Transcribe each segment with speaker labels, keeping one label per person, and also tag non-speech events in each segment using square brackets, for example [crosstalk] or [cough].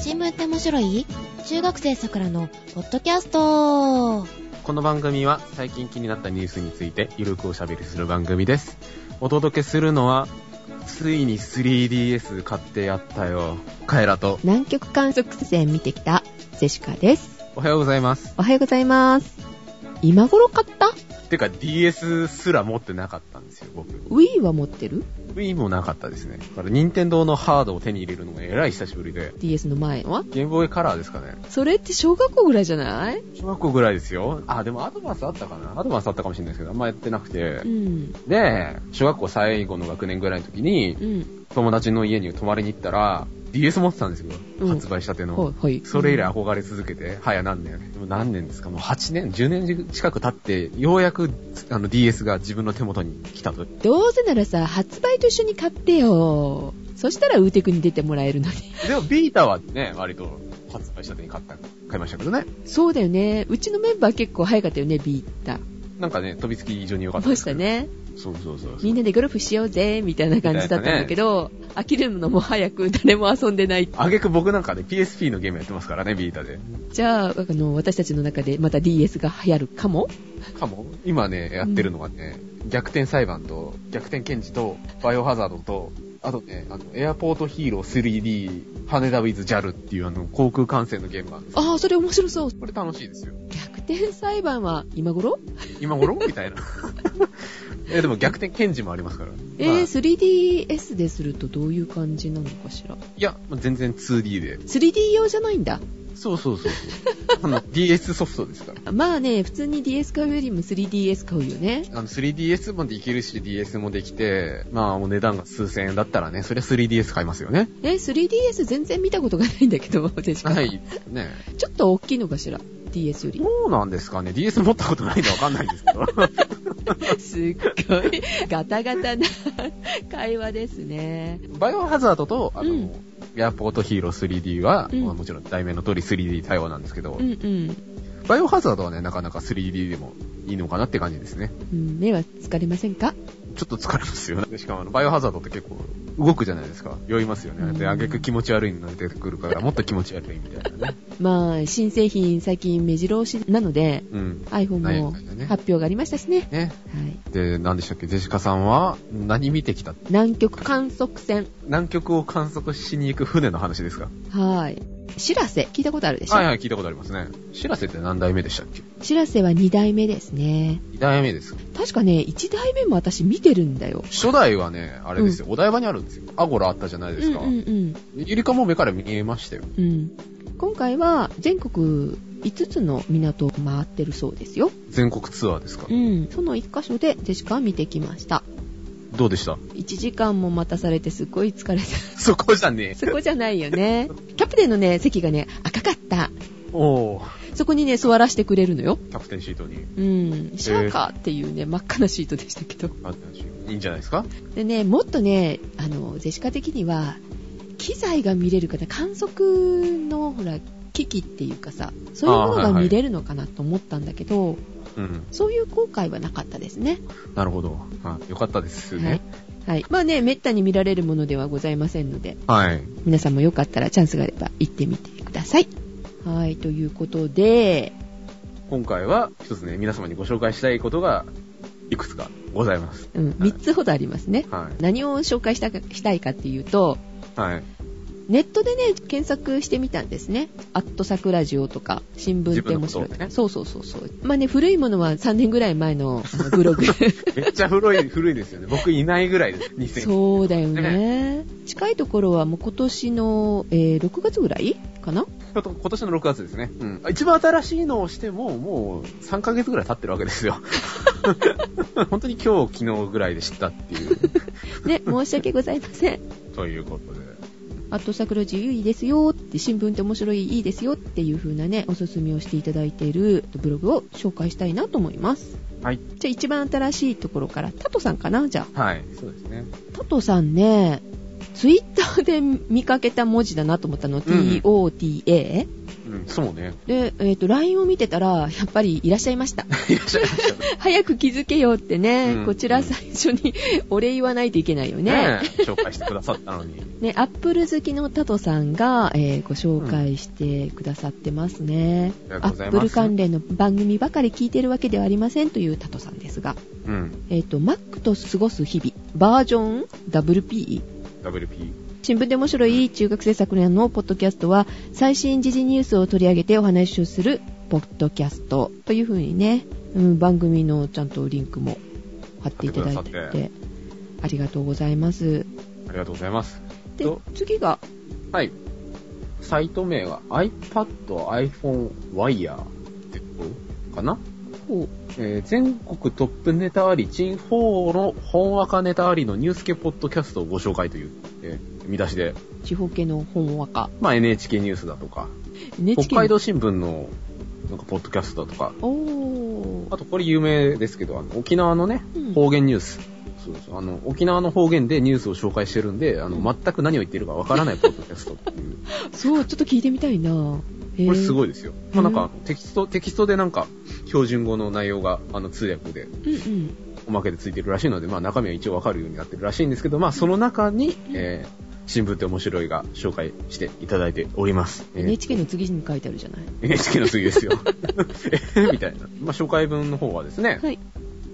Speaker 1: 新聞って面白い中学生さくらのポッドキャスト
Speaker 2: この番組は最近気になったニュースについてゆるくおしゃべりする番組です。お届けするのは、ついに 3DS 買ってやったよ。カエラと、
Speaker 3: 南極観測船見てきたジェシカです。
Speaker 2: おはようございます。
Speaker 3: おはようございます。今頃買った
Speaker 2: てか DS すら持ってなかったんですよ、僕。
Speaker 3: ?Wii は持ってる
Speaker 2: Wii もなかったですね。だから任天堂のハードを手に入れるのがえらい久しぶりで。
Speaker 3: ?DS の前は
Speaker 2: ゲームボーイカラーですかね。
Speaker 3: それって小学校ぐらいじゃない
Speaker 2: 小学校ぐらいですよ。あ、でもアドバンスあったかなアドバンスあったかもしれないですけど、あんまやってなくて
Speaker 3: う。ん。
Speaker 2: で、小学校最後の学年ぐらいの時に、
Speaker 3: うん。
Speaker 2: 友達の家に泊まりに行ったら、DS 持ってたんですよ。
Speaker 3: うん
Speaker 2: 発売したての。
Speaker 3: はい、はい。
Speaker 2: それ以来憧れ続けて、早何年でも何年ですかもう8年 ?10 年近く経って、ようやくあの DS が自分の手元に来たと。
Speaker 3: どうせならさ、発売と一緒に買ってよ。そしたらウーテクに出てもらえ
Speaker 2: [laughs]
Speaker 3: るのに。
Speaker 2: でもビータはね、割と発売したてに買った、買いましたけどね。
Speaker 3: そうだよね。うちのメンバー結構早かったよね、ビータ。
Speaker 2: なんかね、飛びつき以上に良かった
Speaker 3: ま
Speaker 2: で
Speaker 3: し
Speaker 2: すけ
Speaker 3: た
Speaker 2: ど。
Speaker 3: ね。
Speaker 2: そうそうそうそう。
Speaker 3: みんなでゴルフしようぜ、みたいな感じだったんだけど、飽きるのも早く誰も遊んでない。
Speaker 2: あげく僕なんかね、PSP のゲームやってますからね、ビータで。
Speaker 3: じゃあ、あの、私たちの中でまた DS が流行るかも
Speaker 2: かも、今ね、やってるのがね、逆転裁判と、逆転検事と、バイオハザードと、あとね、あの、エアポートヒーロー 3D、羽田 with JAL っていうあの、航空管制のゲームがあるんです
Speaker 3: ああ、それ面白そう。
Speaker 2: これ楽しいですよ。
Speaker 3: 逆転裁判は今頃
Speaker 2: 今頃みたいな。 [laughs] え、でも逆転検事もありますから。
Speaker 3: え
Speaker 2: まあ
Speaker 3: ー、
Speaker 2: い
Speaker 3: 3DS でするとどういう感じなのかしら。
Speaker 2: や、まあ全然 2D で。
Speaker 3: 3D 用じゃないんだ。
Speaker 2: そうそうそうそう。あの、DS ソフトですから。
Speaker 3: まあね、普通に DS 買うよりも 3DS 買うよね。
Speaker 2: あの、3DS もできるし、DS もできて、まあ、お値段が数千円だったらね、そりゃ 3DS 買いますよね。
Speaker 3: え、3DS 全然見たことがないんだけど、私。
Speaker 2: はい。ね
Speaker 3: ちょっと大きいのかしら。DS [laughs] より。
Speaker 2: どうなんですかね ?DS 持ったことないんでわかんないんですけど。
Speaker 3: すっごい、ガタガタな会話ですね。
Speaker 2: [laughs] バイオハザードと、あの、
Speaker 3: うん
Speaker 2: エアポートヒーロー 3D は、
Speaker 3: うん
Speaker 2: まあもちろん題名の通り 3D 対応なんですけど、
Speaker 3: うんうん
Speaker 2: バイオハザードはね、なかなか 3D でもいいのかなって感じですね。
Speaker 3: うん。目は疲れませんか
Speaker 2: ちょっと疲れますよね。しかもあの、バイオハザードって結構動くじゃないですか。酔いますよね。で、
Speaker 3: うん
Speaker 2: あげく気持ち悪いのが出てくるから、もっと気持ち悪いみたいなね。
Speaker 3: まあ、新製品最近目白押しなので、
Speaker 2: うん。
Speaker 3: iPhone
Speaker 2: ない
Speaker 3: も
Speaker 2: みたいなね
Speaker 3: 発表がありましたしね。
Speaker 2: ね。
Speaker 3: はい。
Speaker 2: で、何でしたっけジェシカさんは、何見てきた
Speaker 3: 南極観測船。
Speaker 2: 南極を観測しに行く船の話ですか
Speaker 3: はい。しらせ。聞いたことあるでしょ、
Speaker 2: はいはい、聞いたことありますね。シらせって何代目でしたっけ
Speaker 3: しらせは2代目ですね。
Speaker 2: 2代目ですか
Speaker 3: 確かね、1代目も私見てるんだよ。
Speaker 2: 初代はね、あれですよ、お台場にあるんですよ。アゴラあったじゃないですか。
Speaker 3: うんうん
Speaker 2: ゆりかも目から見えましたよ。
Speaker 3: うん。うん。今回は全国5つの港を回ってるそうですよ。
Speaker 2: 全国ツアーですか、
Speaker 3: うん。その1箇所でジェシカは見てきました。
Speaker 2: どうでした
Speaker 3: 1時間も待たされてすっごい疲れた。
Speaker 2: そこじゃね
Speaker 3: そこじゃないよね。キャプテンのね、席がね、赤かった。
Speaker 2: え。おー
Speaker 3: そこにね、座らせてくれるのよ。
Speaker 2: キャプテンシートに。
Speaker 3: うん。シャーカーっていうね、真っ赤なシートでしたけど。
Speaker 2: あったしいいんじゃないですか
Speaker 3: でね、もっとね、あの、ゼシカ的には、機材が見れるかな、観測の、ほら、機器っていうかさ、そういうもの
Speaker 2: あーはい
Speaker 3: が
Speaker 2: はい
Speaker 3: 見れるのかなと思ったんだけど、
Speaker 2: うん。
Speaker 3: そういう後悔はなかったですね。
Speaker 2: なるほど。あよかったです
Speaker 3: はい
Speaker 2: ね。。
Speaker 3: はい。まあね、めったに見られるものではございませんので、
Speaker 2: はい。
Speaker 3: 皆さんもよかったらチャンスがあれば行ってみてください。はい、ということで、
Speaker 2: 今回は、一つね、皆様にご紹介したいことが、いくつかございます。
Speaker 3: うん、3つほどありますね。
Speaker 2: は
Speaker 3: 何を紹介したかしたいかっていうと、
Speaker 2: い。はい。
Speaker 3: ネットでね、検索してみたんですね。アットサクラジオとか、新聞って面白い
Speaker 2: 自分のことを。ね
Speaker 3: そうそうそうそう。まあね、古いものは3年ぐらい前のあ
Speaker 2: [laughs]
Speaker 3: のブログ。
Speaker 2: めっちゃ古い、古いですよね。僕いないぐらいです。2000。
Speaker 3: [laughs] そうだよね。近いところはもう今年の、えー6月ぐらいかな
Speaker 2: 今年の6月ですね。うん。一番新しいのをしても、もう3ヶ月ぐらい経ってるわけです [laughs] よ。本当に今日、昨日ぐらいで知ったっていう。 [laughs]
Speaker 3: ね、申し訳ございません。
Speaker 2: ということで。
Speaker 3: アットサクラジオいいですよって、新聞って面白いいいですよっていう風なね、おすすめをしていただいているブログを紹介したいなと思います。
Speaker 2: はい。
Speaker 3: じゃあ一番新しいところから、タトさんかなじゃあ。
Speaker 2: はい。そうですね。
Speaker 3: タトさんね、ツイッターで見かけた文字だなと思ったの、
Speaker 2: うん
Speaker 3: TOTA、
Speaker 2: うん、そうね。
Speaker 3: で、えっ、と、LINE を見てたら、やっぱりいらっしゃいま [laughs] した。
Speaker 2: いらっしゃいましたね。
Speaker 3: 早く気づけよってね、
Speaker 2: うん
Speaker 3: こちら最初に [laughs] お礼言わないといけないよね。
Speaker 2: え紹介してくださったのに。
Speaker 3: ね、アップル好きのタトさんが、えーご紹介してくださってますね。
Speaker 2: うんありが
Speaker 3: ア
Speaker 2: とうござい
Speaker 3: ッ
Speaker 2: ます
Speaker 3: プル関連の番組ばかり聞いてるわけではありませんというタトさんですが、
Speaker 2: うん。
Speaker 3: えっ、と、Mac と過ごす日々、バージョン WP
Speaker 2: WP。
Speaker 3: 新聞で面白い中学生昨年のポッドキャストは最新時事ニュースを取り上げてお話をするポッドキャストというふうにね、うん、番組のちゃんとリンクも貼っていただいて
Speaker 2: 貼ってくださって
Speaker 3: ありがとうございます
Speaker 2: ありがとうございます。
Speaker 3: で
Speaker 2: と
Speaker 3: 次が
Speaker 2: はい。サイト名は iPad iPhone Wire ってことかな、
Speaker 3: こう
Speaker 2: えー全国トップネタあり、チンフォーの本赤ネタありのニュース系ポッドキャストをご紹介という、えー見出しで、
Speaker 3: 地方系の本若
Speaker 2: まあ NHK ニュースだとか、
Speaker 3: NHK
Speaker 2: 北海道新聞のなんかポッドキャストだとか、
Speaker 3: おー
Speaker 2: あとこれ有名ですけど、あの沖縄のね
Speaker 3: うん、
Speaker 2: 方言ニュース。そうそうあの沖縄の方言でニュースを紹介してるんで、あの全く何を言ってるかわからない [laughs] ポッドキャストっていう。
Speaker 3: そうちょっと聞いてみたいなこ
Speaker 2: これす
Speaker 3: い、
Speaker 2: ごいですよ。
Speaker 3: ー
Speaker 2: まあ、なんか、テキスト、テキストでなんか、標準語の内容が、あの、通訳で、
Speaker 3: うんうん
Speaker 2: おまけでついてるらしいので、まあ、中身は一応わかるようになってるらしいんですけど、まあ、その中に、えー、新聞って面白いが紹介していただいております。えー
Speaker 3: NHK の次に書いてあるじゃない
Speaker 2: NHK の次ですよ。 [laughs] えーみたいな。まあ、紹介文の方はですね、
Speaker 3: はい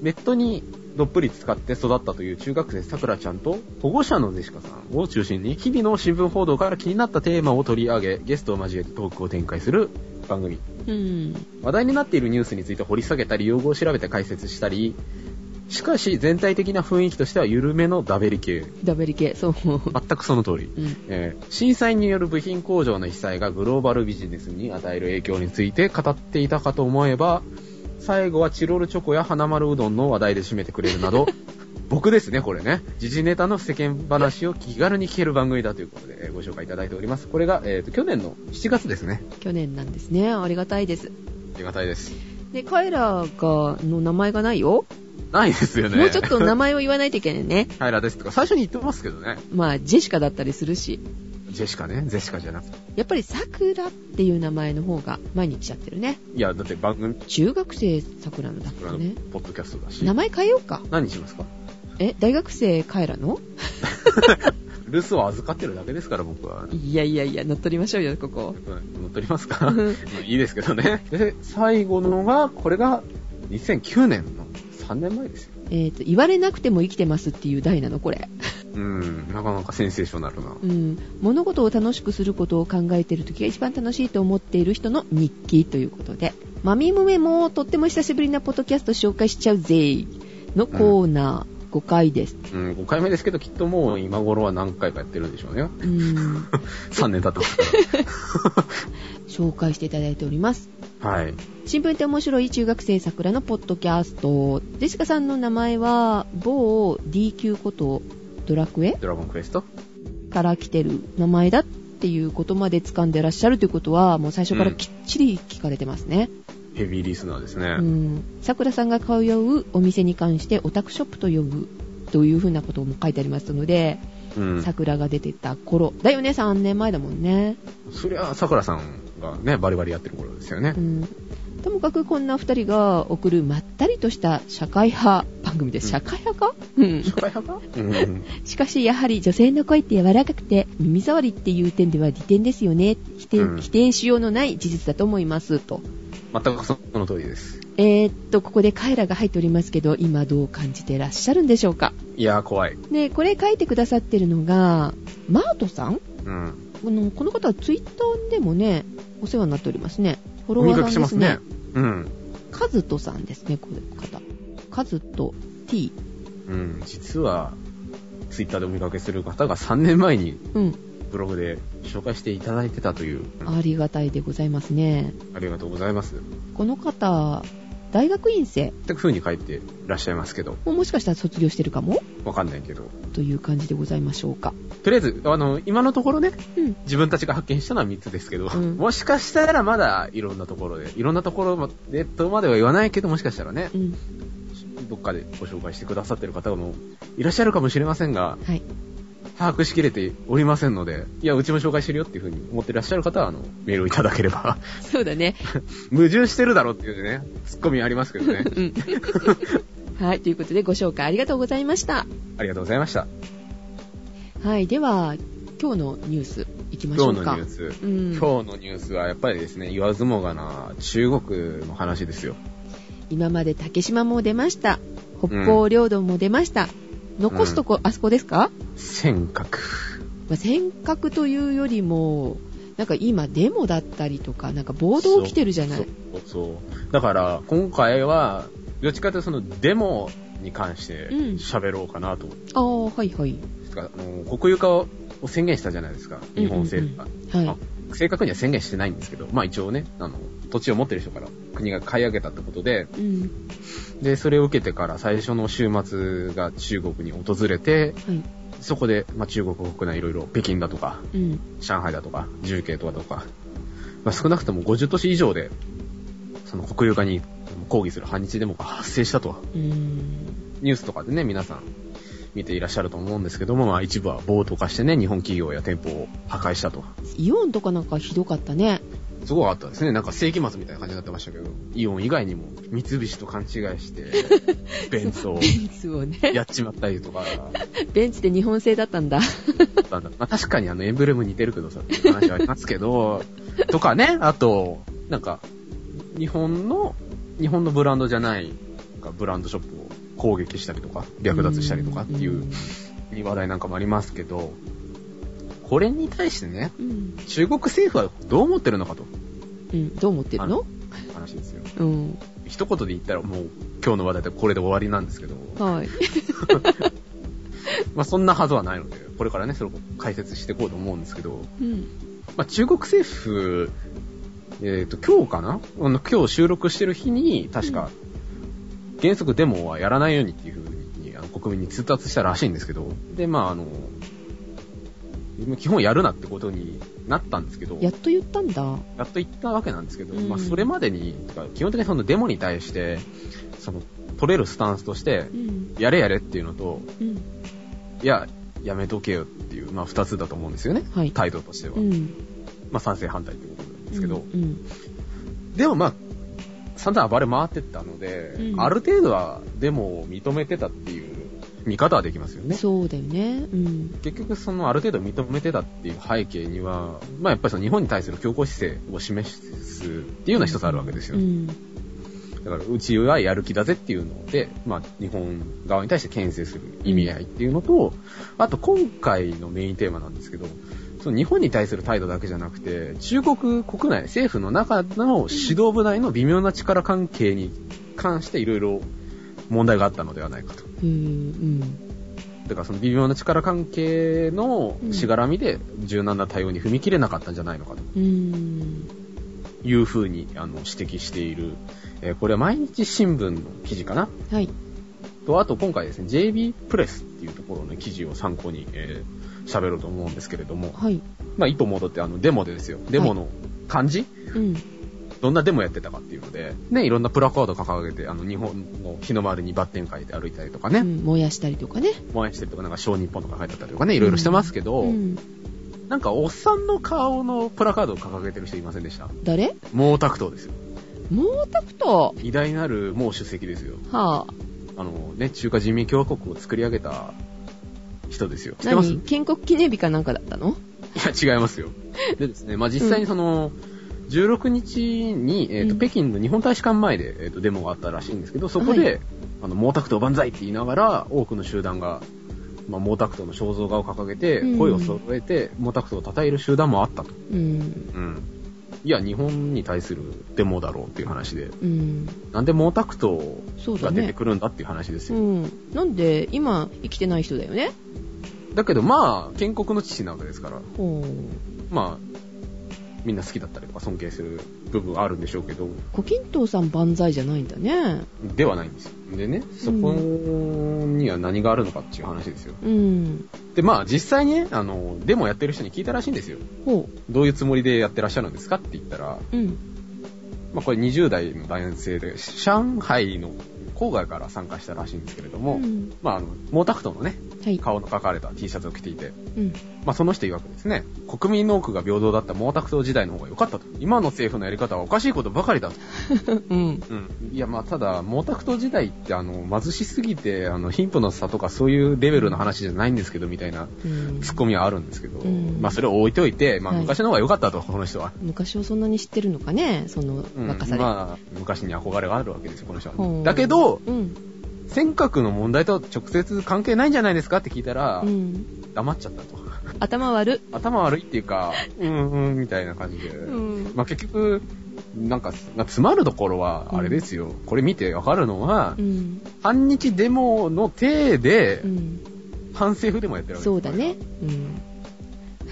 Speaker 2: ネットにどっぷり使って育ったという中学生さくらちゃんと保護者のジェシカさんを中心に日々の新聞報道から気になったテーマを取り上げゲストを交えてトークを展開する番組
Speaker 3: うん
Speaker 2: 話題になっているニュースについて掘り下げたり、用語を調べて解説したり、しかし全体的な雰囲気としては緩めのダベリ系。
Speaker 3: ダベリ系そう、
Speaker 2: 全くその通り。
Speaker 3: うん、
Speaker 2: えー震災による部品工場の被災がグローバルビジネスに与える影響について語っていたかと思えば、最後はチロルチョコや花丸うどんの話題で締めてくれるなど、 [laughs] 僕ですね、これね。時事ネタの世間話を気軽に聞ける番組だということで、えーご紹介いただいております。これが、えーと、去年の7月ですね。
Speaker 3: 去年なんですねありがたいです
Speaker 2: ありがたいです。
Speaker 3: で、カエラが、の名前がないよ。
Speaker 2: ないですよね。
Speaker 3: もうちょっと名前を言わないといけないね。
Speaker 2: 平ですとか、最初に言ってますけどね。
Speaker 3: まあ、ジェシカだったりするし。
Speaker 2: ジェシカね、ゼシカじゃなくて。
Speaker 3: やっぱり桜っていう名前の方が前に来ちゃってるね。
Speaker 2: いや、だって番組、
Speaker 3: 中学生桜のだか
Speaker 2: これ
Speaker 3: ら
Speaker 2: あの
Speaker 3: ね。
Speaker 2: ポッドキャストだし。
Speaker 3: 名前変えようか。
Speaker 2: 何にしますか
Speaker 3: え、大学生カエラの
Speaker 2: 留守を預かってるだけですから、僕は。
Speaker 3: いやいやいや、乗っ取りましょうよ、ここ。
Speaker 2: うん乗っ取りますか
Speaker 3: うん
Speaker 2: いいですけどね。で、最後のが、これが、2009年の3年前ですよ。
Speaker 3: えっ、と、言われなくても生きてますっていう題なの、これ。
Speaker 2: うん、なかなかセンセーショナルな。
Speaker 3: うん。物事を楽しくすることを考えている時が一番楽しいと思っている人の日記ということで。マミムメもとっても久しぶりなポッドキャスト紹介しちゃうぜのコーナー5回です。
Speaker 2: うん、5回目ですけど、きっともう今頃は何回かやってるんでしょうね。
Speaker 3: うん。
Speaker 2: 3年経ってますか
Speaker 3: 紹介していただいております。
Speaker 2: ら。はい。
Speaker 3: 新聞って面白い中学生桜のポッドキャスト。ジェシカさんの名前は某 D 級ことドラクエ
Speaker 2: ドラゴンクエスト
Speaker 3: から来てる名前だっていうことまで掴んでらっしゃるということは、もう最初からきっちり聞かれてますね。
Speaker 2: ヘビーリスナーですね。
Speaker 3: うん、さくらさんが通うお店に関してオタクショップと呼ぶというふうなことも書いてありますので、
Speaker 2: うん。
Speaker 3: 桜が出てた頃だよね3年前だもんね、
Speaker 2: そりゃ、桜さんがね、バリバリやってる頃ですよね
Speaker 3: う。ん、ともかくこんな2人が送るまったりとした社会派番組です
Speaker 2: うん
Speaker 3: 社会派か、うん、
Speaker 2: 会派かうん。
Speaker 3: しかしやはり女性の声って柔らかくて耳障りっていう点では利点ですよね否定,、
Speaker 2: うん
Speaker 3: 否定しようのない事実だと思いますと
Speaker 2: 全くその通りです。
Speaker 3: えー、っとここでカエラが入っておりますけど今どう感じてらっしゃるんでしょうか
Speaker 2: いやー、怖い。
Speaker 3: ね、これ書いてくださってるのが、マートさん
Speaker 2: うん。
Speaker 3: このこの方はツイッターでもね、お世話になっておりますね。フォ
Speaker 2: お
Speaker 3: ロ
Speaker 2: 見
Speaker 3: ワー
Speaker 2: か
Speaker 3: さ
Speaker 2: け
Speaker 3: んで
Speaker 2: しますす
Speaker 3: ね
Speaker 2: ね。。うん。
Speaker 3: カズトさんですね、この方。カズト T。
Speaker 2: うん。実は、ツイッターでお見かけする方が3年前に
Speaker 3: うん。
Speaker 2: ブログで紹介していただいてたという。うん
Speaker 3: ありがたいでございますね。
Speaker 2: ありがとうございます。っ
Speaker 3: この方、大学院生
Speaker 2: て風に書いてらっしゃいますけど、
Speaker 3: ももしかしたら卒業してるかも
Speaker 2: わかんないけど。
Speaker 3: という感じでございましょうか。
Speaker 2: とりあえず、あの、今のところね、
Speaker 3: うん
Speaker 2: 自分たちが発見したのは3つですけど、
Speaker 3: うん
Speaker 2: もしかしたらまだいろんなところで、いろんなところでとまでは言わないけど、もしかしたらね、
Speaker 3: うん。
Speaker 2: どっかでご紹介してくださってる方もいらっしゃるかもしれませんが、
Speaker 3: はい。 [laughs]
Speaker 2: 把握しきれておりませんので、いや、うちも紹介してるよっていうふうに思ってらっしゃる方は、あの、メールをいただければ、 [laughs]
Speaker 3: そうだね。
Speaker 2: 矛盾してるだろっていうね、ツッコミありますけどね。
Speaker 3: うん。はい、ということでご紹介ありがとうございました。
Speaker 2: ありがとうございました。
Speaker 3: はい、では、今日のニュース、いきましょ
Speaker 2: 今
Speaker 3: う
Speaker 2: 日の
Speaker 3: か
Speaker 2: ニュ。ース。
Speaker 3: うん、
Speaker 2: 今日のニュースはやっぱりですね、言わずもがな中国の話ですよ。
Speaker 3: 今まで竹島も出ました。北方領土も出ました。残すとこ、あそこですか、
Speaker 2: 尖閣。
Speaker 3: まあ、尖閣というよりも、なんか今デモだったりとか、なんか暴動起きてるじゃない。
Speaker 2: そう
Speaker 3: う
Speaker 2: そうそうだから、今回は、どっちかというとそのデモに関して
Speaker 3: うん
Speaker 2: 喋ろうかなと思って、
Speaker 3: ああ、はいはい。
Speaker 2: てかあの国有化を宣言したじゃないですか、日本政府が。
Speaker 3: はい。
Speaker 2: あ正確には宣言してないんですけど、まあ一応ね、あの、土地を持ってる人から国が買い上げたってことで、
Speaker 3: うん。
Speaker 2: で、それを受けてから最初の週末が中国に訪れて、
Speaker 3: はい。
Speaker 2: そこで、まあ中国国内いろいろ北京だとか、
Speaker 3: うん。
Speaker 2: 上海だとか、重慶とかだとか、まあ、少なくとも50都市以上で、その国有化に抗議する反日デモが発生したと、
Speaker 3: うん。
Speaker 2: ニュースとかでね、皆さん見ていらっしゃると思うんですけども、まあ一部は暴徒化してね、日本企業や店舗を破壊したと。
Speaker 3: イオンとかなんかひどかったね。
Speaker 2: すごかったですね。なんか世紀末みたいな感じになってましたけど、イオン以外にも三菱と勘違いして、 [laughs] ベンツを
Speaker 3: ベンツをね。
Speaker 2: やっちまったりとか、
Speaker 3: ベンツって日本製だったんだ。
Speaker 2: なんだまあ、確かにあのエンブレム似てるけどさっていう話はありますけど、とかね、あと、なんか、日本の、日本のブランドじゃない、なんかブランドショップを攻撃したりとか、略奪したりとかっていう話題なんかもありますけど、これに対してね、
Speaker 3: うん。
Speaker 2: 中国政府はどう思ってるのかと、
Speaker 3: うん。どう思ってるの
Speaker 2: 話ですよ。
Speaker 3: うん。
Speaker 2: 一言で言ったらもう、今日の話題ってこれで終わりなんですけど、
Speaker 3: はい。
Speaker 2: まあそんなはずはないので、これからね、それを解説していこうと思うんですけど、
Speaker 3: うん。
Speaker 2: まあ、中国政府、えっ、と、今日かなあの、今日収録してる日に、確か、原則デモはやらないようにっていうふうに、あの、国民に通達したらしいんですけど、で、まあ、あの、基本やるなってことになったんですけど、
Speaker 3: や
Speaker 2: や
Speaker 3: っと言ったんだ。
Speaker 2: っと言ったわけなんですけど、
Speaker 3: うん
Speaker 2: まあ、それまでに、てか基本的にそのデモに対して、その、取れるスタンスとして
Speaker 3: う、ん。
Speaker 2: やれやれっていうのと、
Speaker 3: うん。
Speaker 2: いや、やめとけよっていう、まあ、二つだと思うんですよね。
Speaker 3: はい
Speaker 2: 態度としては。
Speaker 3: うん。
Speaker 2: まあ、賛成反対ってことなんですけど、
Speaker 3: うん。
Speaker 2: でもまあ、散々暴れ回ってったので、
Speaker 3: うん
Speaker 2: ある程度はデモを認めてたっていう見方はできますよ
Speaker 3: うん
Speaker 2: ね。
Speaker 3: そうだよね。うん。
Speaker 2: 結局そのある程度認めてたっていう背景には、まあやっぱりその日本に対する強硬姿勢を示すっていうのは一つあるわけですよ。
Speaker 3: うん。
Speaker 2: だからうちはやる気だぜっていうので、まあ日本側に対して牽制する意味合いっていうのと、あと今回のメインテーマなんですけど、その日本に対する態度だけじゃなくて、中国国内、政府の中の指導部内の微妙な力関係に関していろいろ問題があったのではないかと。
Speaker 3: うん。
Speaker 2: だからその微妙な力関係のしがらみで柔軟な対応に踏み切れなかったんじゃないのかと
Speaker 3: うん。
Speaker 2: いうふうにあの指摘している、えーこれは毎日新聞の記事かな。
Speaker 3: はい。
Speaker 2: と、あと今回ですね、JB プレスっていうところの記事を参考に、えー喋ろうと思うんですけれども、
Speaker 3: はい。
Speaker 2: まあ一歩戻ってあのデモでですよ。デモの漢字、
Speaker 3: うん。
Speaker 2: どんなデモやってたかっていうので、ね、いろんなプラカード掲げて、あの日本の日の回りにバッテン会で歩いたりとか
Speaker 3: う
Speaker 2: ね、
Speaker 3: ん。燃やしたりとかね。
Speaker 2: 応援してるとか、なんか小日本とか書いてあったりとかね、いろいろしてますけど、
Speaker 3: うん。
Speaker 2: なんかおっさんの顔のプラカードを掲げてる人いませんでした
Speaker 3: 誰
Speaker 2: 毛沢東ですよ。
Speaker 3: 毛沢東
Speaker 2: 偉大なる毛主席ですよ。
Speaker 3: はあ、
Speaker 2: あのね、中華人民共和国を作り上げた人ですよ。知ってます
Speaker 3: 何建国記念日かなんかだったの
Speaker 2: いや、違いますよ。でですね、まあ、実際にその、16日に、えっ、と、
Speaker 3: うん
Speaker 2: 北京の日本大使館前で、えっ、と、デモがあったらしいんですけど、そこで、
Speaker 3: はい
Speaker 2: あの、毛沢東万歳って言いながら、多くの集団が、まあ、毛沢東の肖像画を掲げて
Speaker 3: う、ん
Speaker 2: 声を揃えて、毛沢東を称える集団もあったと。
Speaker 3: うん。
Speaker 2: うん。いや、日本に対するデモだろうっていう話で、
Speaker 3: うん。
Speaker 2: なんで毛沢東
Speaker 3: そうだ
Speaker 2: が出て
Speaker 3: ね。
Speaker 2: くるんだっていう話です
Speaker 3: う
Speaker 2: よ。
Speaker 3: ん。なんで、今、生きてない人だよね。
Speaker 2: だけど、まあ、建国の父なわけですから、
Speaker 3: ほう。
Speaker 2: まあ、みんな好きだったりとか尊敬する部分はあるんでしょうけど、
Speaker 3: 胡錦涛さん万歳じゃないんだね。
Speaker 2: ではないんですよ。でね、そこには何があるのかっていう話ですよ。
Speaker 3: うん。
Speaker 2: で、まあ実際にね、あの、デモやってる人に聞いたらしいんですよ。
Speaker 3: ほ
Speaker 2: どういうつもりでやってらっしゃるんですかって言ったら、
Speaker 3: う。うん。
Speaker 2: まあこれ20代の男性で、上海の郊外から参加したらしいんですけれど
Speaker 3: う
Speaker 2: も、
Speaker 3: ん。
Speaker 2: まああの、毛沢東のね、
Speaker 3: はい。
Speaker 2: 顔の描かれた T シャツを着ていて、
Speaker 3: うん。
Speaker 2: まあ、その人曰くですね、国民の多くが平等だった毛沢東時代の方が良かったと。今の政府のやり方はおかしいことばかりだと。
Speaker 3: うん。
Speaker 2: うん。いや、まあ、ただ、毛沢東時代って、あの、貧しすぎて、あの、貧富の差とかそういうレベルの話じゃないんですけど、みたいな
Speaker 3: うん
Speaker 2: ツッコミはあるんですけど、
Speaker 3: うん
Speaker 2: まあ、それを置いておいて、まあ、
Speaker 3: はい
Speaker 2: 昔の方が良かったと、この人は。
Speaker 3: 昔をそんなに知ってるのかね、その
Speaker 2: うん、
Speaker 3: 若さで。
Speaker 2: まあ、昔に憧れがあるわけですよ、この人
Speaker 3: ほ
Speaker 2: は。
Speaker 3: う
Speaker 2: だけど、
Speaker 3: うん。
Speaker 2: 尖閣の問題と直接関係ないんじゃないですかって聞いたら、
Speaker 3: うん。
Speaker 2: 黙っちゃったと。 [laughs]
Speaker 3: 頭悪。
Speaker 2: 頭悪いっていうか、うんうん、みたいな感じで。
Speaker 3: うん。
Speaker 2: まあ、結局、なんか、まあ詰まるところは、あれですよ。これ見てわかるのは
Speaker 3: う、ん。
Speaker 2: 反日デモの体で
Speaker 3: う、ん。
Speaker 2: 反政府デモやってるわけです
Speaker 3: そうだね。。うん。
Speaker 2: これが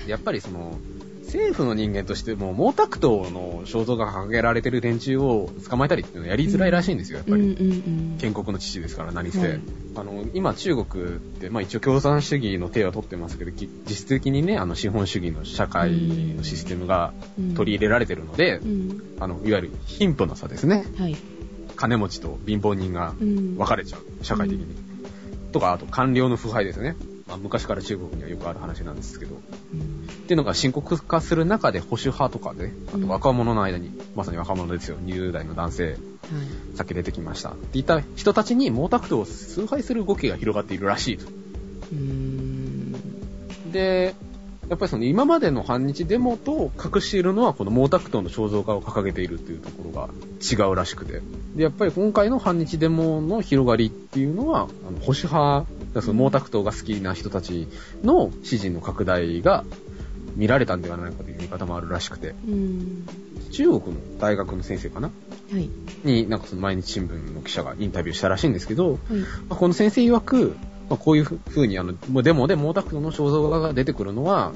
Speaker 2: やっぱりその、政府の人間としても、毛沢東の肖像が掲げられてる連中を捕まえたりっていうのはやりづらいらしいんですよ、やっ
Speaker 3: うん
Speaker 2: ぱ
Speaker 3: う
Speaker 2: り。
Speaker 3: んうん。
Speaker 2: 建国の父ですから、何せ。
Speaker 3: はい
Speaker 2: あの、今、中国って、まあ一応共産主義の手は取ってますけど、き実質的にね、あの、資本主義の社会のシステムが取り入れられてるので、
Speaker 3: うん。
Speaker 2: あの、いわゆる貧富の差ですね。
Speaker 3: はい。
Speaker 2: 金持ちと貧乏人が
Speaker 3: うん。
Speaker 2: 分かれちゃう、社会的に。とか、あと官僚の腐敗ですね。まあ、昔から中国にはよくある話なんですけど。っ
Speaker 3: うん
Speaker 2: ていうのが深刻化する中で保守派とかで、あ
Speaker 3: うん
Speaker 2: と若者の間に、まさに若者ですよ、20代の男性、
Speaker 3: はい。
Speaker 2: さっき出てきました。っていった人たちに毛沢東を崇拝する動きが広がっているらしいと。
Speaker 3: うーん。
Speaker 2: で、やっぱりその今までの反日デモと隠しているのはこの毛沢東の肖像画を掲げているっていうところが違うらしくて。で、やっぱり今回の反日デモの広がりっていうのは、あの保守派、その毛沢東が好きな人たちの支持の拡大が見られたんではないかという見方もあるらしくて、
Speaker 3: うん。
Speaker 2: 中国の大学の先生かな
Speaker 3: はい。
Speaker 2: に、なんかその毎日新聞の記者がインタビューしたらしいんですけど、
Speaker 3: はい。
Speaker 2: まあこの先生曰く、まあこういうふうにあの、もうデモで毛沢東の肖像画が出てくるのは、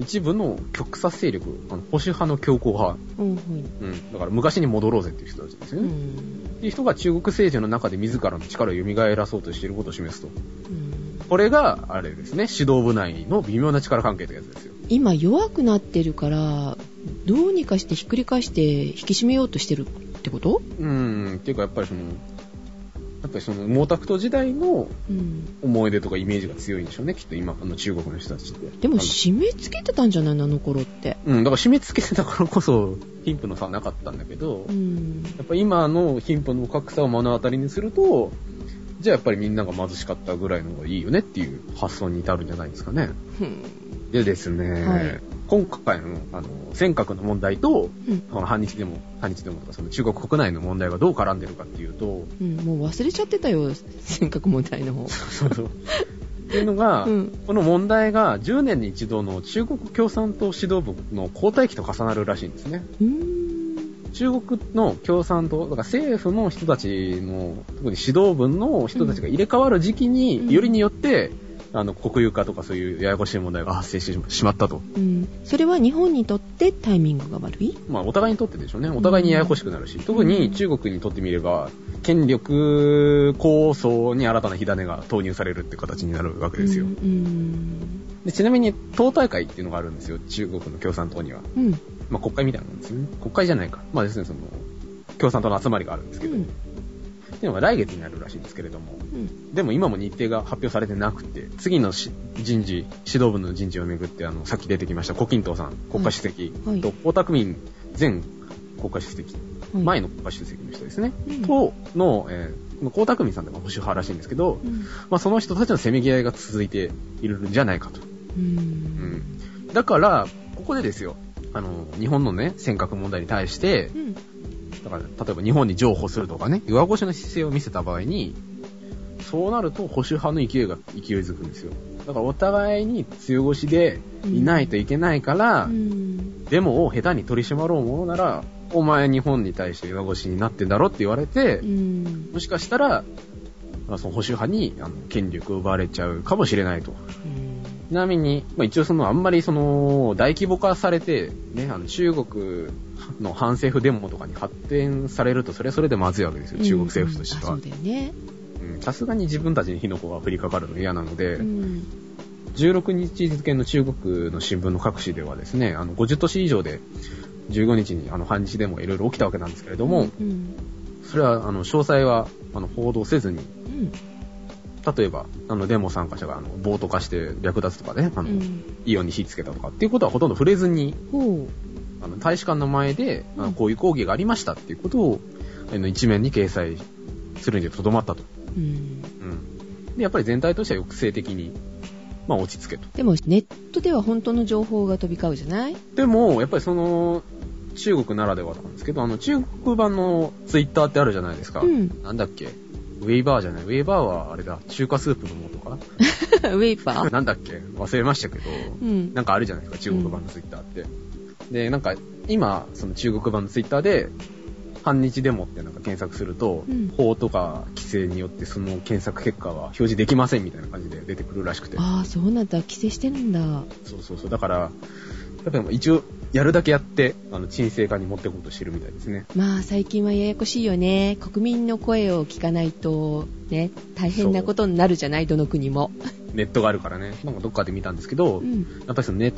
Speaker 2: 一部の極左勢力、あの保守派の強硬派、
Speaker 3: うん。
Speaker 2: うん、だから昔に戻ろうぜっていう人たちです
Speaker 3: う
Speaker 2: よね。
Speaker 3: ん。
Speaker 2: っていう人が中国政治の中で自らの力を蘇らそうとしていることを示すと。
Speaker 3: うん
Speaker 2: これが、あれですね、指導部内の微妙な力関係ってやつですよ。
Speaker 3: 今弱くなってるから、どうにかしてひっくり返して引き締めようとしてるってこと
Speaker 2: うん、っていうかやっぱりその、やっぱりその毛沢東時代の
Speaker 3: うん。
Speaker 2: 思い出とかイメージが強いんでしょうね、きっと今、あの中国の人たちって。
Speaker 3: で
Speaker 2: あ
Speaker 3: も
Speaker 2: の
Speaker 3: 締め付けてたんじゃないのあの頃って。
Speaker 2: うん、だから締め付けてたからこそ、貧富の差はなかったんだけど、
Speaker 3: うん。
Speaker 2: やっぱ今の貧富の格差を目の当たりにすると、じゃあやっぱりみんなが貧しかったぐらいの方がいいよねっていう発想に至るんじゃないですかね。
Speaker 3: うん。
Speaker 2: でですね、
Speaker 3: はい
Speaker 2: 今回の、あの、尖閣の問題と、
Speaker 3: うん
Speaker 2: この反日デモ、反日デモとか、その中国国内の問題がどう絡んでるかっていうと、 [laughs]
Speaker 3: うん、もう忘れちゃってたよ、尖閣問題の方。
Speaker 2: そうそう。っていうのが、
Speaker 3: うん。
Speaker 2: この問題が10年に一度の中国共産党指導部の交代期と重なるらしいんですね。
Speaker 3: うーん。
Speaker 2: 中国の共産党、だから政府の人たちの、特に指導部の人たちが入れ替わる時期に、
Speaker 3: うん
Speaker 2: よりによって、あの、国有化とかそういうややこしい問題が発生してしまったと。
Speaker 3: うん。それは日本にとってタイミングが悪い
Speaker 2: まあ、お互いにとってでしょうね。お互いにややこしくなるし、特に中国にとってみれば、権力構想に新たな火種が投入されるって形になるわけですよ
Speaker 3: う。ん。
Speaker 2: でちなみに、党大会っていうのがあるんですよ。中国の共産党には。
Speaker 3: うん。
Speaker 2: まあ、国会みたいなもんですよね。国会じゃないか。まあですね、その、共産党の集まりがあるんですけど、
Speaker 3: うん
Speaker 2: っていうのが来月になるらしいんですけれども、
Speaker 3: うん。
Speaker 2: でも今も日程が発表されてなくて、次のし人事、指導部の人事をめぐって、あの、さっき出てきました、胡錦涛さん、国家主席、
Speaker 3: はい
Speaker 2: と、江沢民前国家主席、
Speaker 3: はい
Speaker 2: 前の国家主席の人ですね、
Speaker 3: うん
Speaker 2: との、えー、江沢民さんでも保守派らしいんですけど、
Speaker 3: うん。
Speaker 2: まあその人たちのせめぎ合いが続いているんじゃないかと。
Speaker 3: う。
Speaker 2: うんん。だから、ここでですよ、あの、日本のね、尖閣問題に対して、
Speaker 3: うん。
Speaker 2: だから、例えば日本に譲歩するとかね、弱腰の姿勢を見せた場合に、そうなると保守派の勢いが勢いづくんですよ。だからお互いに強腰でいないといけないから、
Speaker 3: うん。
Speaker 2: デモを下手に取り締まろうものなら、お前日本に対して弱腰になってんだろって言われて、
Speaker 3: うん。
Speaker 2: もしかしたら、まあその保守派にあの権力を奪われちゃうかもしれないと。ちなみに、まあ、一応その、あんまりその、大規模化されて、ね、あの、中国の反政府デモとかに発展されると、それはそれでまずいわけですよ、中国政府として
Speaker 3: あそ
Speaker 2: は
Speaker 3: う。だよね。
Speaker 2: うんさすがに自分たちに火の粉が降りかかるの嫌なので、
Speaker 3: うん。
Speaker 2: 16日付の中国の新聞の各紙ではですね、あの、50都市以上で、15日にあの、反日デモがいろいろ起きたわけなんですけれども、
Speaker 3: うん。
Speaker 2: それは、あの、詳細は、あの、報道せずに、
Speaker 3: うん。
Speaker 2: 例えば、あの、デモ参加者が、あの、暴徒化して略奪とかね、あの、
Speaker 3: うん
Speaker 2: イオンに火つけたとかっていうことはほとんど触れずに、
Speaker 3: ほ
Speaker 2: あの、大使館の前で、あの
Speaker 3: うん
Speaker 2: こういう抗議がありましたっていうことを、あの、一面に掲載するにとどまったと。
Speaker 3: う、うん、
Speaker 2: うん。で、やっぱり全体としては抑制的に、まあ、落ち着けと。
Speaker 3: でもネットでは本当の情報が飛び交うじゃない [laughs]
Speaker 2: でも、やっぱりその、中国ならではなんですけど、あの、中国版のツイッターってあるじゃないですか。
Speaker 3: うん
Speaker 2: なんだっけウェイバーじゃないウェイバーはあれだ、中華スープの素か
Speaker 3: ウェイパー
Speaker 2: なんだっけ忘れましたけど、
Speaker 3: うん
Speaker 2: なんかあるじゃないですか、中国版のツイッターって。で、なんか、今、その中国版のツイッターで、反日デモってなんか検索すると、
Speaker 3: うん
Speaker 2: 法とか規制によってその検索結果は表示できませんみたいな感じで出てくるらしくて。
Speaker 3: ああそうなんだ規制してるんだ
Speaker 2: そうそうそう。だから、やっぱりもう一応、やるだけやって、あの、沈静化に持っていこうとしてるみたいですね。
Speaker 3: まあ最近はややこしいよね国民の声を聞かないとね大変なことになるじゃないどの国も、
Speaker 2: ネットがあるからね。なんかどっかで見たんですけど、
Speaker 3: うん
Speaker 2: やっぱりそのネッ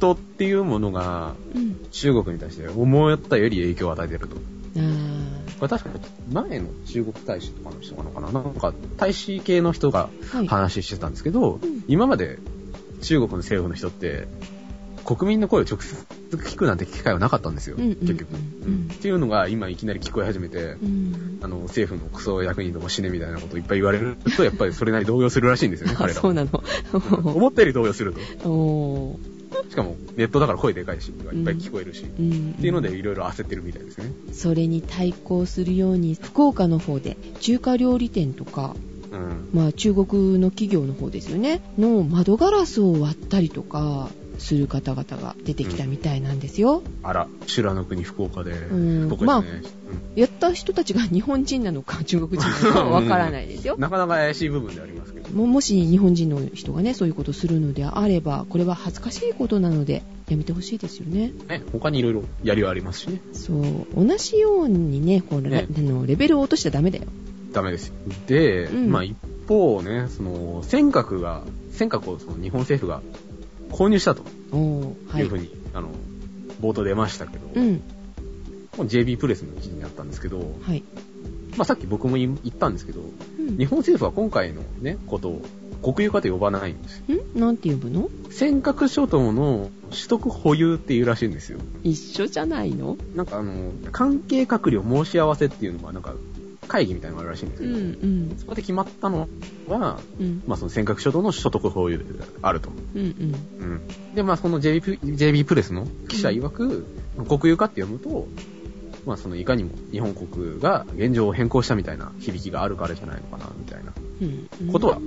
Speaker 2: トっていうものが、
Speaker 3: うん、
Speaker 2: 中国に対して思ったより影響を与えてると。
Speaker 3: あ
Speaker 2: これ確か前の中国大使とかの人なのかななんか大使系の人が
Speaker 3: あはい
Speaker 2: 話してたんですけど、
Speaker 3: うん
Speaker 2: 今まで中国の政府の人って国民の声を直接聞くなんて機会はなかったんですよ、
Speaker 3: うんうんうん
Speaker 2: 結局、
Speaker 3: うん
Speaker 2: っていうのが今いきなり聞こえ始めて、
Speaker 3: うん
Speaker 2: あの政府のクソ役人ども死ねみたいなことをいっぱい言われるとやっぱりそれなりに動揺するらしいんですよね
Speaker 3: あ
Speaker 2: 彼らは
Speaker 3: そうな
Speaker 2: [laughs]
Speaker 3: の
Speaker 2: うん思ったより動揺すると
Speaker 3: おー
Speaker 2: しかもネットだから声でかいしいっぱい聞こえるし、っ
Speaker 3: うんって
Speaker 2: いうのでいろいろ焦ってるみたいですね、
Speaker 3: それに対抗するように福岡の方で中華料理店とか、
Speaker 2: うん、
Speaker 3: まあ、中国の企業の方ですよねの窓ガラスを割ったりとかする方々が出てきたみたいなんですよ、
Speaker 2: あら修羅の国福岡で、
Speaker 3: うん
Speaker 2: 僕
Speaker 3: まあ
Speaker 2: ですね、うん
Speaker 3: やった人たちが日本人なの
Speaker 2: [laughs]
Speaker 3: か中国人なのかわからないですよ、
Speaker 2: なかなか怪しい部分でありますけど。
Speaker 3: ももし日本人の人がねそういうことするのであればこれは恥ずかしいことなのでやめてほしいですよね
Speaker 2: ね、他にいろいろやりはありますしね。
Speaker 3: そう同じようにねこれ
Speaker 2: ね
Speaker 3: あのレベルを落としちゃダメだよ
Speaker 2: ダメですよ。で、
Speaker 3: うん
Speaker 2: まあ一方ね、その、尖閣が、尖閣をその日本政府が購入したと
Speaker 3: おーはいいう
Speaker 2: ふうに、あの、冒頭出ましたけど、
Speaker 3: うん
Speaker 2: もう JB プレスの記事にあったんですけど、
Speaker 3: はい、
Speaker 2: まあさっき僕も言ったんですけど、
Speaker 3: うん
Speaker 2: 日本政府は今回のね、ことを国有化と呼ばないんですよ。
Speaker 3: んなんて呼ぶの
Speaker 2: 尖閣諸島の取得保有っていうらしいんですよ。
Speaker 3: 一緒じゃないの
Speaker 2: なんかあの、関係閣僚申し合わせっていうのが、なんか、会議みたいなのがあるらしいんです
Speaker 3: う
Speaker 2: けど、
Speaker 3: ん
Speaker 2: そこで決まったのは、
Speaker 3: うんうん
Speaker 2: まあ、その尖閣諸島の所得保有であると。
Speaker 3: うんうん
Speaker 2: うん。で、まあ、その JB, プ JB プレスの記者曰く、国有化って読むと、まあ、そのいかにも日本国が現状を変更したみたいな響きがあるからじゃないのかな、みたいな
Speaker 3: うんうん
Speaker 2: ことは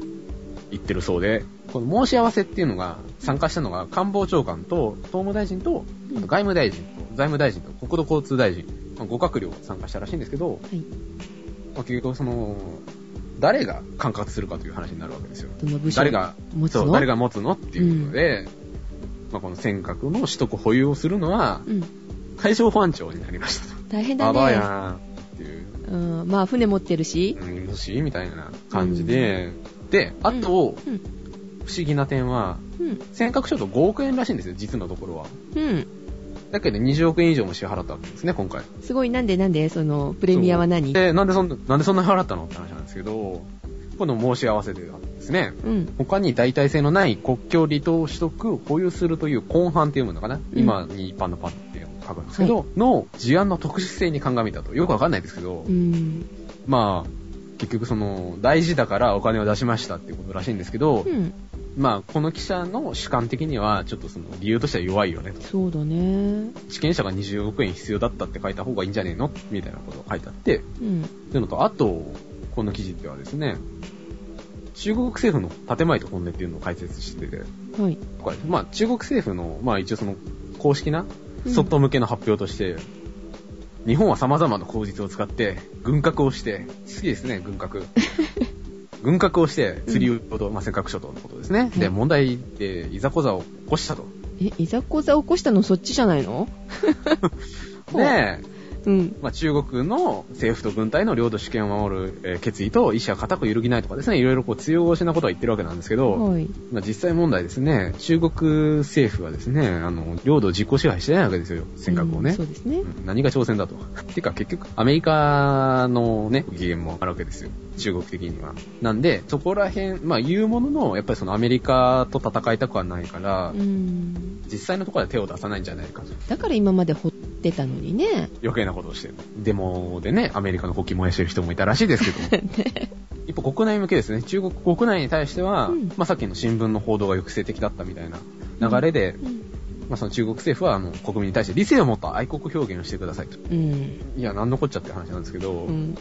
Speaker 2: 言ってるそうで、この申し合わせっていうのが、参加したのが官房長官と、法務大臣と、あと外務大臣と、財務大臣と、国土交通大臣、まあ、5閣僚が参加したらしいんですけど、
Speaker 3: はい
Speaker 2: まあ、結局その、誰が管轄するかという話になるわけですよ。
Speaker 3: どの部署
Speaker 2: 誰が、
Speaker 3: 持つの
Speaker 2: そう、誰が持つのっていうことで、まあ、この尖閣の取得保有をするのは、
Speaker 3: うん
Speaker 2: 海上保安庁になりましたと。
Speaker 3: 大変だ
Speaker 2: ババアや
Speaker 3: ね
Speaker 2: なっていう、
Speaker 3: うんまあ船持ってるし
Speaker 2: うん、欲しいみたいな感じで、で、あと、
Speaker 3: うん
Speaker 2: 不思議な点は、
Speaker 3: うん
Speaker 2: 尖閣諸島5億円らしいんですよ、実のところは。
Speaker 3: うん
Speaker 2: だけど20億円以上も支払ったわけですね、今回。
Speaker 3: すごいなんでなんでそのプレミアは何
Speaker 2: で、なんでそんな、なんでそんな払ったのって話なんですけど、この申し合わせであったんですね。
Speaker 3: うん
Speaker 2: 他に代替性のない国境離島取得、保有するという根版っていうものかな、
Speaker 3: うん
Speaker 2: 今に一般のパンっていうのを書くんですけど、の事案の特殊性に鑑みたと。よくわかんないですけど、
Speaker 3: うん
Speaker 2: まあ、結局その、大事だからお金を出しましたっていうことらしいんですけど、
Speaker 3: うん
Speaker 2: まあ、この記者の主観的には、ちょっとその、理由としては弱いよねと。
Speaker 3: そうだね
Speaker 2: 地権者が20億円必要だったって書いた方がいいんじゃねえのみたいなことが書いてあって、
Speaker 3: うん
Speaker 2: というのと、あと、この記事ではですね、中国政府の建前と本音っていうのを解説してて、
Speaker 3: はい
Speaker 2: これまあ、中国政府の、まあ、一応その公式な
Speaker 3: うん
Speaker 2: 外向けの発表として、日本は様々な口実を使って、軍拡をして、好きですね、軍
Speaker 3: [laughs]
Speaker 2: 拡。軍拡をして、釣りをと、まあ、尖閣諸島のことですね。で、
Speaker 3: うん
Speaker 2: 問題で、いざこざを起こしたと。
Speaker 3: えいざこざ起こしたのそっちじゃないのほう
Speaker 2: で、
Speaker 3: うん。
Speaker 2: まあ、中国の政府と軍隊の領土主権を守る、えー決意と意志は固く揺るぎないとかですね、いろいろこう強腰なことは言ってるわけなんですけど、
Speaker 3: はい。
Speaker 2: まあ、実際問題ですね、中国政府はですね、あの、領土を実効支配してないわけですよ、尖閣を
Speaker 3: う
Speaker 2: ね
Speaker 3: ん。そうですね。
Speaker 2: うん何が朝鮮だと。 [laughs] てか結局、アメリカのね、機嫌もあるわけですよ。中国的には。なんで、そこら辺、まあ言うものの、やっぱりそのアメリカと戦いたくはないから、
Speaker 3: うん。
Speaker 2: 実際のところでは手を出さないんじゃないかと。
Speaker 3: だから今まで掘ってたのにね。
Speaker 2: 余計なことをしてる。デモでね、アメリカの国旗燃やしてる人もいたらしいですけど
Speaker 3: [laughs]
Speaker 2: も。一方、国内向けですね。中国国内に対しては、
Speaker 3: うん
Speaker 2: まあさっきの新聞の報道が抑制的だったみたいな流れで、
Speaker 3: う
Speaker 2: まあその中国政府はあの国民に対して理性を持った愛国表現をしてくださいと。
Speaker 3: ん。
Speaker 2: いや、なんのこっちゃって話なんですけど、
Speaker 3: うん。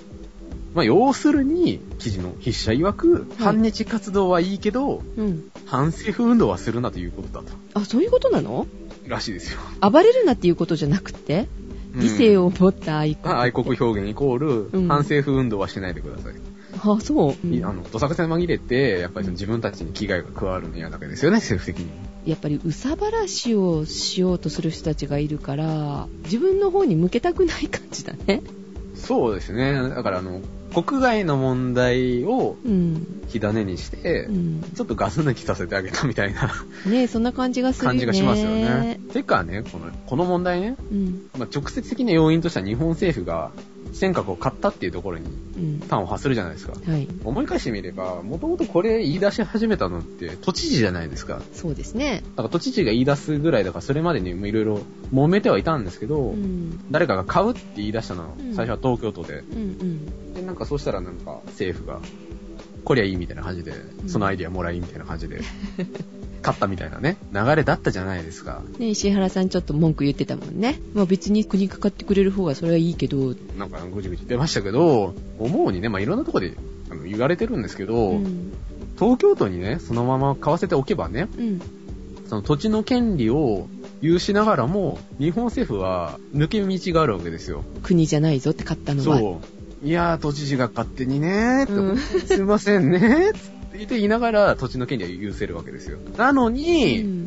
Speaker 2: まあ要するに、記事の筆者曰く、反日活動はいいけど、
Speaker 3: うん。
Speaker 2: 反政府運動はするなということだと。
Speaker 3: あ、そういうことなの
Speaker 2: らしいですよ。
Speaker 3: 暴れるなっていうことじゃなくて、理性
Speaker 2: うん
Speaker 3: を持った愛国。
Speaker 2: まあ愛国表現イコール、
Speaker 3: うん
Speaker 2: 反政府運動はしないでください。
Speaker 3: あ、そう。うん
Speaker 2: いあの、どさくさに紛れて、やっぱりその自分たちに危害が加わるの嫌だけですよね、政府的に。
Speaker 3: やっぱり憂さ晴らしをしようとする人たちがいるから自分の方に向けたくない感じだね
Speaker 2: そうですね。だからあの、国外の問題を
Speaker 3: うん、
Speaker 2: 火種にして、
Speaker 3: うん、
Speaker 2: ちょっとガス抜きさせてあげたみたいな
Speaker 3: ねえそんな感じがするよ
Speaker 2: 感
Speaker 3: ね
Speaker 2: じがしますよね。てかね、この、この問題ね、
Speaker 3: うん
Speaker 2: まあ、直接的な要因としては日本政府が尖閣を買ったっていうところに
Speaker 3: うん
Speaker 2: 端を発するじゃないですか。
Speaker 3: はい
Speaker 2: 思い返してみれば、もともとこれ言い出し始めたのって都知事じゃないですか。だ
Speaker 3: そうですね
Speaker 2: から都知事が言い出すぐらいだからそれまでにもいろいろ揉めてはいたんですけど、
Speaker 3: うん
Speaker 2: 誰かが買うって言い出したのは
Speaker 3: うん
Speaker 2: 最初は東京都で。
Speaker 3: うんうん
Speaker 2: で、なんかそうしたらなんか政府が、こりゃいいみたいな感じで、そのアイディアもらいみたいな
Speaker 3: [laughs]
Speaker 2: 感じで、買ったみたいなね、流れだったじゃないですか。
Speaker 3: ねえ石原さんちょっと文句言ってたもんねまあ別に国かかってくれる方がそれはいいけど
Speaker 2: なんかぐじぐじ言ってましたけど、思うにね、まあ、いろんなとこであの言われてるんですけど、
Speaker 3: うん
Speaker 2: 東京都にね、そのまま買わせておけばね、
Speaker 3: うん
Speaker 2: その土地の権利を有しながらも、日本政府は抜け道があるわけですよ。
Speaker 3: 国じゃないぞって買ったのは
Speaker 2: そう。いやー、都知事が勝手にねーって、
Speaker 3: うん
Speaker 2: すいませんねーつって言いながら土地の権利は有せるわけですよ。なの
Speaker 3: う
Speaker 2: に、
Speaker 3: ん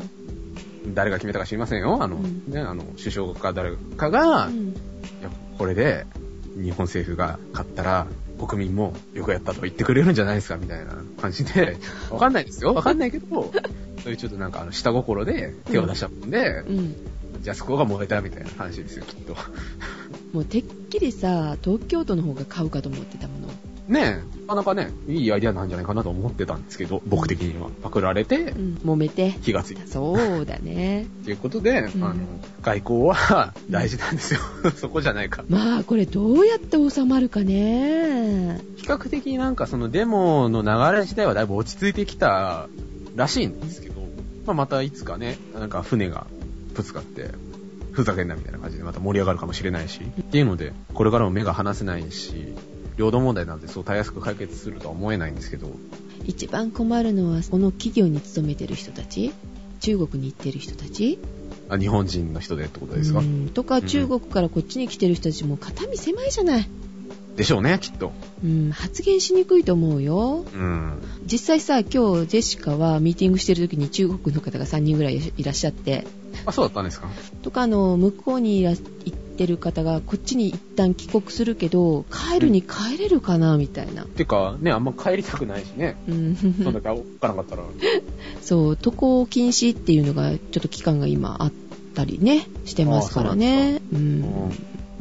Speaker 2: 誰が決めたか知りませんよ。あの、
Speaker 3: うん
Speaker 2: ね、あの、首相か誰かが、
Speaker 3: うん
Speaker 2: いや、これで、日本政府が勝ったら、国民もよくやったと言ってくれるんじゃないですか、みたいな感じで、わかんないですよ。わかんないけど、そういうちょっとなんか、あの、下心で手を出したもんで、
Speaker 3: うん
Speaker 2: じゃあそこが燃えたみたいな話ですよ、きっと。
Speaker 3: もうてっきりさ東京都の方が買うかと思ってたもの
Speaker 2: ねえ、なかなかね、いいアイディアなんじゃないかなと思ってたんですけど、僕的には。パクられて
Speaker 3: う、ん揉めて
Speaker 2: 火がついた。
Speaker 3: そうだね
Speaker 2: ということで、
Speaker 3: ん
Speaker 2: あの、外交は大事なんですよ。 [laughs] そこじゃないか。
Speaker 3: まあこれどうやって収まるかね
Speaker 2: 比較的なんかそのデモの流れ自体はだいぶ落ち着いてきたらしいんですけど、まあ、またいつかね、なんか船がぶつかって、ふざけんなみたいな感じでまた盛り上がるかもしれないし、っていうので、これからも目が離せないし、領土問題なんてそうたやすく解決するとは思えないんですけど、
Speaker 3: 一番困るのはこの企業に勤めてる人たち中国に行ってる人たち
Speaker 2: あ日本人の人でってことですか、
Speaker 3: うんとか
Speaker 2: うん
Speaker 3: 中国からこっちに来てる人たちも肩身狭いじゃない、
Speaker 2: でしょうね、きっと。
Speaker 3: うん、発言しにくいと思うよ
Speaker 2: うん。
Speaker 3: 実際さ今日ジェシカはミーティングしてる時に中国の方が3人ぐらいいらっしゃって
Speaker 2: あ、そうだったんですか
Speaker 3: とかあの向こうにいら行ってる方がこっちに一旦帰国するけど帰るに帰れるかなみたいな、
Speaker 2: てか、ね、あんま帰りたくないしね。
Speaker 3: うん、
Speaker 2: [laughs] そんだけおっかなかったら。
Speaker 3: そう、渡航禁止っていうのが、ちょっと期間が今あったりね、してますからね。うん
Speaker 2: うん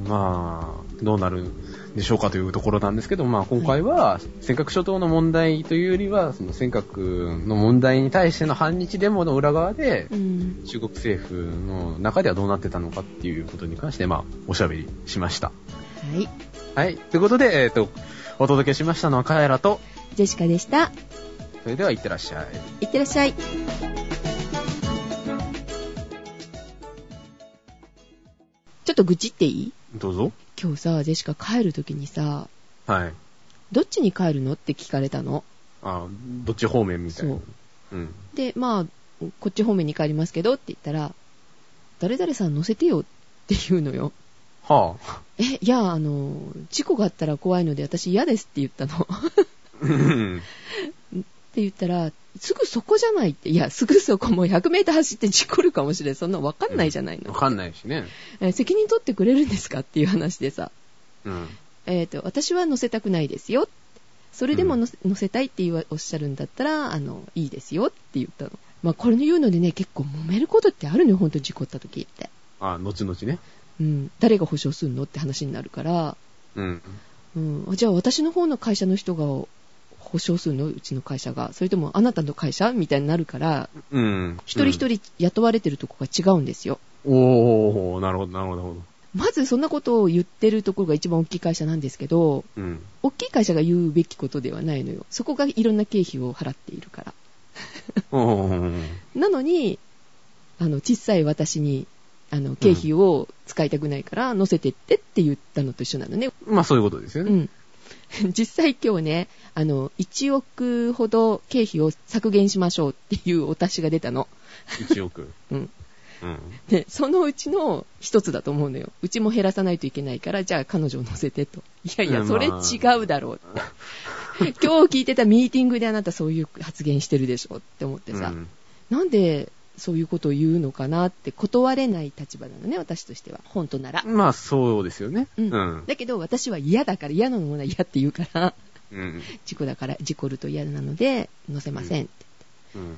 Speaker 2: まあ、どうなるんでしょうかというところなんですけど、まあ今回は、尖閣諸島の問題というよりは、その尖閣の問題に対しての反日デモの裏側で
Speaker 3: う、ん。
Speaker 2: 中国政府の中ではどうなってたのかっていうことに関して、まあ、おしゃべりしました。
Speaker 3: はい。
Speaker 2: はい。ということで、えっ、と、お届けしましたのはカエラと、
Speaker 3: ジェシカでした。
Speaker 2: それでは行ってらっしゃい。
Speaker 3: いってらっしゃい。ちょっと愚痴っていい
Speaker 2: どうぞ。
Speaker 3: 今日さ、ジェシカ帰る時にさ、
Speaker 2: はい。
Speaker 3: どっちに帰るのって聞かれたの。
Speaker 2: あ、どっち方面みたいな。
Speaker 3: そう
Speaker 2: うん。
Speaker 3: で、まあ、こっち方面に帰りますけどって言ったら、誰々さん乗せてよって言うのよ。 [laughs]
Speaker 2: はあ。
Speaker 3: え、いや、あの、 [laughs] 事故があったら怖いので私嫌ですって言ったの。
Speaker 2: うん。
Speaker 3: って言ったら、すぐそこじゃないって。いや、すぐそこもう100メーター走って事故るかもしれん。そんなわかんないじゃないの
Speaker 2: わ。かんないしね。
Speaker 3: えー責任取ってくれるんですかっていう話でさ。
Speaker 2: うん。
Speaker 3: えっ、と、私は乗せたくないですよ。それでも乗せ,、たいって言わおっしゃるんだったら、あの、いいですよって言ったの。まあ、これの言うのでね、結構揉めることってあるのよ、本当に事故った時って。
Speaker 2: あ、後々ね。
Speaker 3: うん。誰が保証するのって話になるから、
Speaker 2: うん。
Speaker 3: うん。じゃあ私の方の会社の人が保証するのうちの会社が。それともあなたの会社みたいになるから、
Speaker 2: うん。
Speaker 3: 一人一人雇われてるとこが違うんですよ。
Speaker 2: うん。おー、なるほど、なるほど、なるほ
Speaker 3: まずそんなことを言ってるところが一番大きい会社なんですけど、
Speaker 2: ど。うん。
Speaker 3: 大きい会社が言うべきことではないのよ。そこがいろんな経費を払っているから。
Speaker 2: おー。
Speaker 3: なのに、あの、小さい私に、あの、経費を使いたくないから乗せてってって言ったのと一緒なのね。
Speaker 2: まあそういうことですよ
Speaker 3: う
Speaker 2: ね。
Speaker 3: ん。 [laughs] 実際今日ね、あの、1億ほど経費を削減しましょうっていうお達しが出たの。
Speaker 2: 1億。
Speaker 3: うん。
Speaker 2: うん。
Speaker 3: で、そのうちの一つだと思うのよ。うちも減らさないといけないから、じゃあ彼女を乗せてと。いやいうや、
Speaker 2: ん
Speaker 3: それ
Speaker 2: まあ
Speaker 3: 違うだろうって。 [laughs] 今日聞いてたミーティングであなたそういう発言してるでしょって思ってさ、
Speaker 2: うん
Speaker 3: なんでそういうことを言うのかなって断れない立場なのね、私としては。本当なら。
Speaker 2: まあそうですよね。
Speaker 3: う
Speaker 2: うんん。うん。
Speaker 3: だけど私は嫌だから、嫌なものは嫌って言うから、
Speaker 2: うん。
Speaker 3: 事故だから、事故ると嫌なので、乗せませんって。
Speaker 2: うん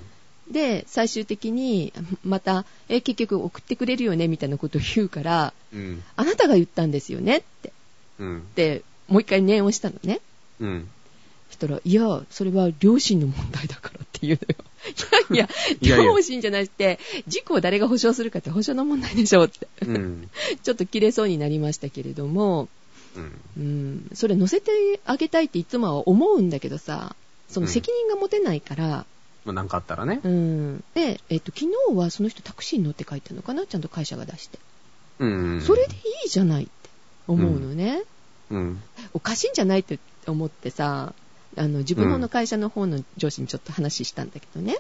Speaker 3: で、最終的に、また、え、結局送ってくれるよねみたいなことを言うから、
Speaker 2: うん。
Speaker 3: あなたが言ったんですよねって、
Speaker 2: うん。
Speaker 3: でもう一回念をしたのね。
Speaker 2: うん。
Speaker 3: そしたら、いや、それは両親の問題だからって言うのよ。い
Speaker 2: い
Speaker 3: や
Speaker 2: や
Speaker 3: い
Speaker 2: い
Speaker 3: や、
Speaker 2: や
Speaker 3: 両親じゃなくて、事故を誰が保証するかって保証の問題でしょって、
Speaker 2: うん。
Speaker 3: ちょっと切れそうになりましたけれども、
Speaker 2: うん。
Speaker 3: うん、それ乗せてあげたいっていつもは思うんだけどさ、その責任が持てないから、
Speaker 2: まあなんかあったらね
Speaker 3: う。ん、で、えっと、昨日はその人タクシーに乗って帰ったのかなちゃんと会社が出して。
Speaker 2: うん。
Speaker 3: それでいいじゃないって思うのね。
Speaker 2: うん。
Speaker 3: おかしいんじゃないって思ってさ、あの、自分の会社の方の上司にちょっと話したんだけどね。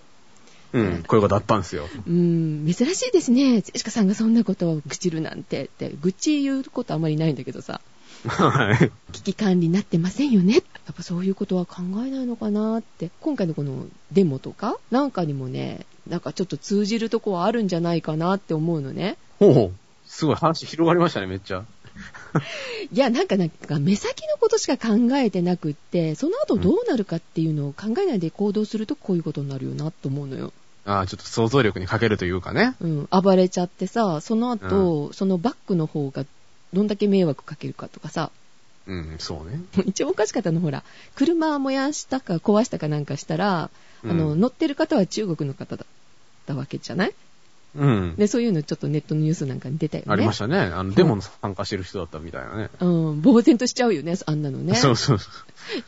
Speaker 2: うん。こういうことあったんですよ。
Speaker 3: うーん、珍しいですね。ジェシカさんがそんなことを愚痴るなんてって、愚痴言うことあまりないんだけどさ、
Speaker 2: はい。
Speaker 3: 危機管理になってませんよね。やっぱそういうことは考えないのかなって。今回のこのデモとかなんかにもね、なんかちょっと通じるとこはあるんじゃないかなって思うのね。
Speaker 2: ほうほう。すごい話広がりましたね、めっちゃ。
Speaker 3: いや、なんかなんか目先のことしか考えてなくって、その後どうなるかっていうのを考えないで行動するとこういうことになるよなと思うのよ。
Speaker 2: ああ、ちょっと想像力に欠けるというかね。
Speaker 3: うん、暴れちゃってさ、その後、そのバックの方がどんだけ迷惑かけるかとかさ、 [laughs]
Speaker 2: うん、そうね。
Speaker 3: 一番おかしかったのほら、車燃やしたか壊したかなんかしたら、あの、
Speaker 2: うん
Speaker 3: 乗ってる方は中国の方だったわけじゃない
Speaker 2: うん。
Speaker 3: で、そういうのちょっとネットのニュースなんかに出たよね。
Speaker 2: ありましたね。あの、デモの参加してる人だったみたいなね。
Speaker 3: うん、呆然としちゃうよね、あんなのね。
Speaker 2: そうそうそ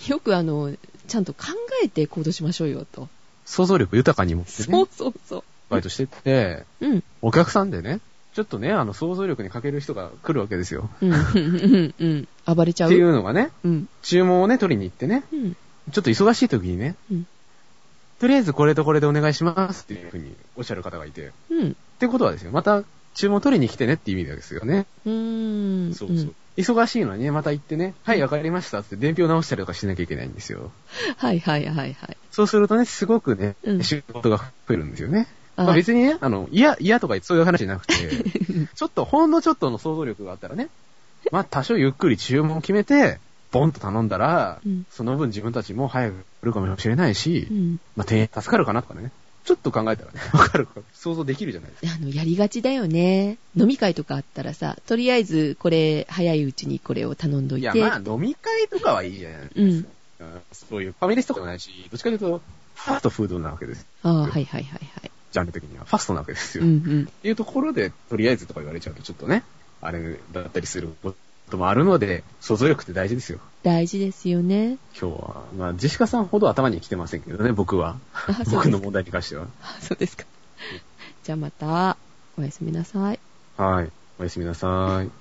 Speaker 2: う。
Speaker 3: よくあの、ちゃんと考えて行動しましょうよと。
Speaker 2: 想像力豊かに持って
Speaker 3: そ
Speaker 2: ね
Speaker 3: う、そうそう。
Speaker 2: バイトしてって、
Speaker 3: うん。
Speaker 2: お客さんでね、ちょっとね、あの、想像力に欠ける人が来るわけですよ。
Speaker 3: うん、うん、うん。暴れちゃ
Speaker 2: っ
Speaker 3: う。
Speaker 2: ていうのがね、
Speaker 3: うん。
Speaker 2: 注文をね、取りに行ってね、
Speaker 3: うん。
Speaker 2: ちょっと忙しい時にね、
Speaker 3: うん
Speaker 2: とりあえずこれとこれでお願いしますっていうふうにおっしゃる方がいて、っ
Speaker 3: うん。
Speaker 2: てことはですよ、また注文取りに来てねっていう意味ですよね。
Speaker 3: うーん。
Speaker 2: そうそう。忙しいのにね、また行ってね、はい、わかりましたって伝票直したりとかしなきゃいけないんですよ。
Speaker 3: はいはいはいはい。
Speaker 2: そうするとね、すごくね、
Speaker 3: うん
Speaker 2: 仕事が増えるんですよね。
Speaker 3: あ
Speaker 2: まあ、別にね、あの、嫌、嫌とかそういう話じゃな
Speaker 3: [laughs]
Speaker 2: くて、ちょっと、ほんのちょっとの想像力があったらね、まあ、多少ゆっくり注文を決めて、ボンと頼んだら、
Speaker 3: うん
Speaker 2: その分自分たちも早く来るかもしれないし、
Speaker 3: うん。
Speaker 2: まあ、店員助かるかなとかね、ちょっと考えたらね、
Speaker 3: [laughs]
Speaker 2: わかるか、想像できるじゃないですか。
Speaker 3: あの、やりがちだよね。飲み会とかあったらさ、とりあえずこれ、早いうちにこれを頼んどい
Speaker 2: い
Speaker 3: て。
Speaker 2: や、まあ、飲み会とかはいいじゃない
Speaker 3: うん。
Speaker 2: うんそういうファミレスとかでもないし、どっちかというと、ファストフードなわけです。
Speaker 3: ああ、はいはいはいはい。
Speaker 2: ジャンル的には。ファストなわけです
Speaker 3: う
Speaker 2: よ。
Speaker 3: んう
Speaker 2: っ
Speaker 3: ん。
Speaker 2: ていうところで、とりあえずとか言われちゃうと、ちょっとね、あれだったりすることもあるので、想像力って大事ですよ。
Speaker 3: 大事ですよね。
Speaker 2: 今日は。まあ、ジェシカさんほど頭に来てませんけどね、僕は。
Speaker 3: あそう
Speaker 2: 僕
Speaker 3: で
Speaker 2: の
Speaker 3: すか。
Speaker 2: 問題に関しては。
Speaker 3: あそうですか。じゃあまた、おやすみなさい。
Speaker 2: はい。おやすみなさい。